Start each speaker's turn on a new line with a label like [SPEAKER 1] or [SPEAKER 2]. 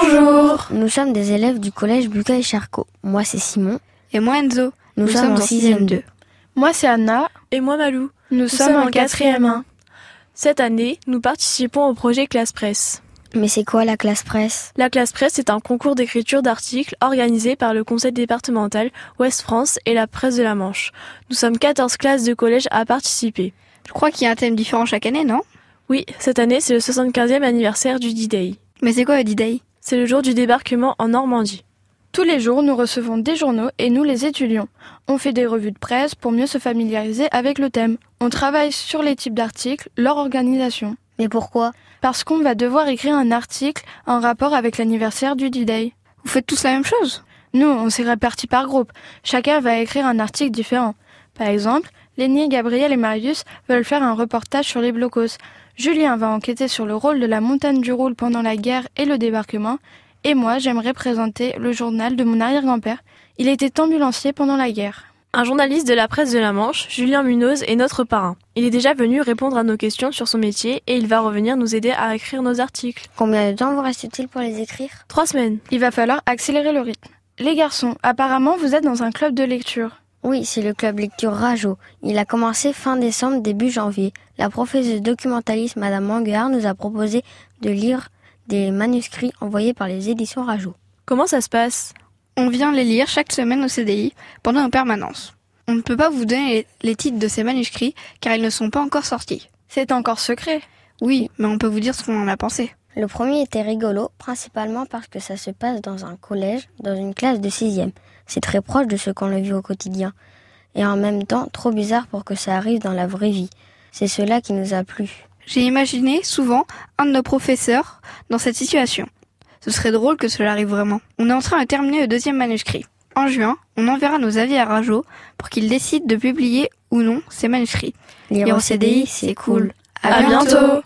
[SPEAKER 1] Bonjour
[SPEAKER 2] Nous sommes des élèves du collège Lucas et Charcot. Moi, c'est Simon.
[SPEAKER 3] Et moi Enzo.
[SPEAKER 2] Nous, sommes, en 6ème 2.
[SPEAKER 1] Moi c'est Anna,
[SPEAKER 4] Et moi Malou.
[SPEAKER 1] nous, sommes, en quatrième 1.
[SPEAKER 4] Cette année, nous participons au projet Classe Presse.
[SPEAKER 2] Mais c'est quoi la classe presse
[SPEAKER 4] La Classe Presse est un concours d'écriture d'articles organisé par le conseil départemental Ouest-France et la Presse de la Manche. Nous sommes 14 classes de collège à participer.
[SPEAKER 3] Je crois qu'il y a un thème différent chaque année, non
[SPEAKER 4] Oui, cette année, c'est le 75e anniversaire du D-Day.
[SPEAKER 3] Mais c'est quoi le D-Day
[SPEAKER 4] C'est le jour du débarquement en Normandie.
[SPEAKER 1] Tous les jours, nous recevons des journaux et nous les étudions. On fait des revues de presse pour mieux se familiariser avec le thème. On travaille sur les types d'articles, leur organisation.
[SPEAKER 2] Mais pourquoi
[SPEAKER 1] Parce qu'on va devoir écrire un article en rapport avec l'anniversaire du D-Day.
[SPEAKER 3] Vous faites tous la même chose
[SPEAKER 1] Nous, on s'est répartis par groupe. Chacun va écrire un article différent. Par exemple, Lenny, Gabriel et Marius veulent faire un reportage sur les blocos. Julien va enquêter sur le rôle de la montagne du Roule pendant la guerre et le débarquement. Et moi, j'aimerais présenter le journal de mon arrière-grand-père. Il était ambulancier pendant la guerre.
[SPEAKER 4] Un journaliste de la presse de la Manche, Julien Munoz, est notre parrain. Il est déjà venu répondre à nos questions sur son métier et il va revenir nous aider à écrire nos articles.
[SPEAKER 2] Combien de temps vous reste-t-il pour les écrire
[SPEAKER 4] Trois semaines.
[SPEAKER 1] Il va falloir accélérer le rythme. Les garçons, apparemment, vous êtes dans un club de lecture.
[SPEAKER 2] Oui, c'est le club lecture Rajo. Il a commencé fin décembre, début janvier. La professeure de documentalisme, Madame Manguard, nous a proposé de lire des manuscrits envoyés par les éditions Rajo.
[SPEAKER 4] Comment ça se passe
[SPEAKER 3] On vient les lire chaque semaine au CDI pendant nos permanences. On ne peut pas vous donner les titres de ces manuscrits car ils ne sont pas encore sortis.
[SPEAKER 1] C'est encore secret.
[SPEAKER 3] Oui, mais on peut vous dire ce qu'on en a pensé.
[SPEAKER 2] Le premier était rigolo, principalement parce que ça se passe dans un collège, dans une classe de sixième. C'est très proche de ce qu'on le vit au quotidien. Et en même temps, trop bizarre pour que ça arrive dans la vraie vie. C'est cela qui nous a plu.
[SPEAKER 3] J'ai imaginé souvent un de nos professeurs dans cette situation. Ce serait drôle que cela arrive vraiment. On est en train de terminer le deuxième manuscrit. En juin, on enverra nos avis à Rajo pour qu'il décide de publier ou non ces manuscrits.
[SPEAKER 2] Lire
[SPEAKER 3] Et
[SPEAKER 2] au
[SPEAKER 3] en CDI, c'est cool.
[SPEAKER 1] À bientôt.